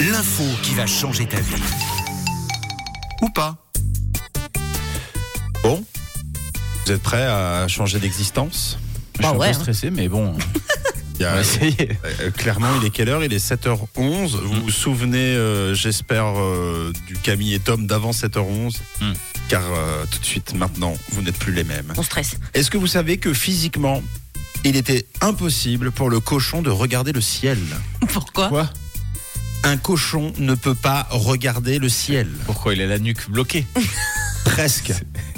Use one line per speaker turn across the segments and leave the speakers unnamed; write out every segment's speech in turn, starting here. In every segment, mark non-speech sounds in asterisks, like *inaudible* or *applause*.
l'info qui va changer ta vie. Ou pas.
Bon, vous êtes prêts à changer d'existence Je
Bah
suis
ouais,
un
hein.
peu stressé, mais bon, Il y
On
a-
va essayer.
euh, clairement, il est quelle heure Il est 7h11. Vous vous souvenez, euh, j'espère, euh, du Camille et Tom d'avant 7h11
Mm.
Car euh, tout de suite, maintenant, vous n'êtes plus les mêmes.
On stresse.
Est-ce que vous savez que physiquement, il était impossible pour le cochon de regarder le ciel
*laughs* Pourquoi
Quoi
Un cochon ne peut pas regarder le ciel.
Pourquoi il a la nuque bloquée
Presque.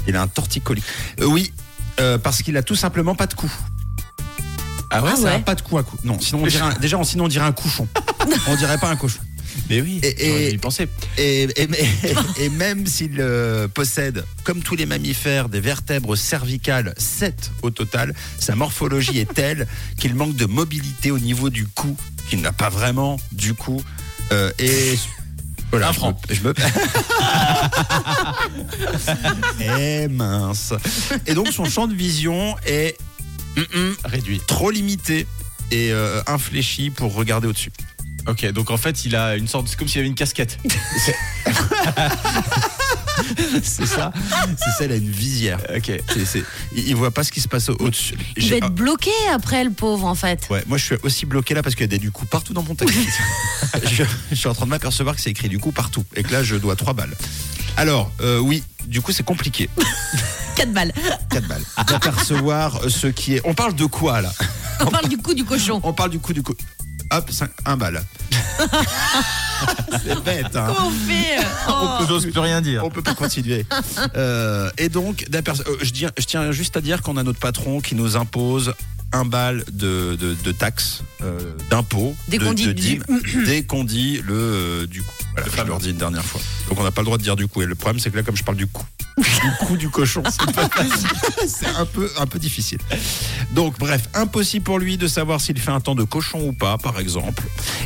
Il a un torticolis. Euh, oui, euh, parce qu'il a tout simplement pas de cou.
Ah ouais,
Ah
Ça a
ouais.
pas de cou à cou. Non, sinon on dirait un- déjà, on- sinon on dirait un *laughs* cochon. on dirait pas un cochon.
Mais oui,
Et-
j'aurais
et-
dû y penser.
Et, et- et- et même s'il euh, possède, comme tous les mammifères, des vertèbres cervicales, 7 au total, sa morphologie est telle qu'il manque de mobilité au niveau du cou, qu'il n'a pas vraiment du cou. Euh, et. Voilà,
Un
je
franc.
me- Je
*laughs*
me. Eh mince. Et donc son champ de vision est mm-mm,
Réduit.
trop limité et euh, infléchi pour regarder au-dessus.
Ok, donc en fait, il a une sorte. C'est comme s'il avait une casquette. *laughs*
C'est ça. C'est ça, il a une visière.
Ok.
C'est- c'est- il il voit pas ce qui se passe au- au-dessus.
Il
J'ai-
va être bloqué après, le pauvre, en fait.
ah, ouais, moi je suis aussi bloqué là parce qu'il y a des du coup partout dans mon texte. *laughs* je, je suis en train de m'apercevoir que c'est écrit du coup partout et que là je dois 3 balles. Alors, euh, oui, du coup c'est compliqué.
4 balles. *laughs*
4 balles. *laughs* D'apercevoir euh, ce qui est. On parle de quoi là
On parle du coup du
*laughs*
cochon.
On parle du coup du coup. Hop, 1
*laughs*
balle. c'est bête, hein.
Comment on fait euh,
Oh.
Oh.
J'ose plus rien dire.
On peut pas continuer. Euh, et donc, d'aperce- euh, je, dis- je tiens juste à dire qu'on a notre patron qui nous impose un bal de, de, de taxes, euh, d'impôts,
Dès
de,
qu'on dit
de
du-
dîmes, *clears throat* dès qu'on dit le euh, du coup. Voilà, je leur dis une dernière fois. Donc on n'a pas le droit de dire du coup. Et le problème, c'est que là, comme je parle du coup, du coup du cochon, c'est pas facile. *laughs* C'est un peu, un peu difficile. Donc bref, impossible pour lui de savoir s'il fait un temps de cochon ou pas, par exemple.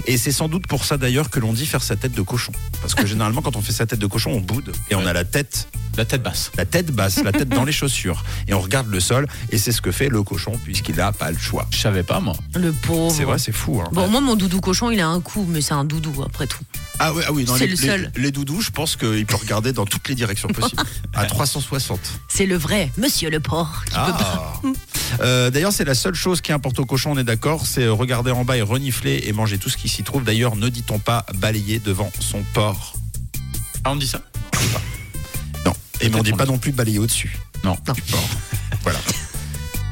Et c'est sans doute pour ça d'ailleurs que l'on dit faire sa tête de cochon. Parce que généralement, quand on fait sa tête de cochon, on boude et on a la tête,
La tête basse.
la tête basse, la tête dans les chaussures. Et on regarde le sol. Et c'est ce que fait le cochon puisqu'il n'a pas le choix.
Je savais pas, moi.
Le pauvre.
C'est vrai, c'est fou. hein.
Bon, moi, mon doudou cochon, il a un coup, mais c'est un doudou, après tout.
Ah oui, ah oui, non,
C'est
les,
le
les-
seul.
les doudous, je pense qu'il peut regarder dans toutes les directions possibles. à 360.
C'est le vrai monsieur le porc.
Ah.
qui peut-
Euh, D'ailleurs, c'est la seule chose qui importe au cochon, on est d'accord, c'est regarder en bas et renifler et manger tout ce qui s'y trouve. D'ailleurs, ne dit-on pas balayer devant son porc
Ah, on dit ça
Non. Et mais on
Peut-être
dit
qu'on
pas
dit.
non plus balayer au-dessus
Non.
du porc. voilà.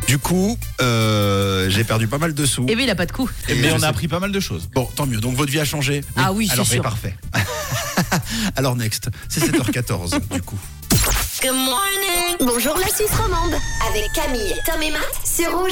Du coup, euh, j'ai perdu pas mal de sous.
Eh bien, il a pas de coup.
Et
Mais
je
on
sais-
a appris pas mal de choses.
Bon, tant mieux. Donc votre vie a changé.
Ah oui, c'est
Alors,
sûr.
parfait. *laughs* Alors next, c'est 7h14 du coup.
Bonjour la Suisse romande avec Camille, Tom et Matt sur Rouge.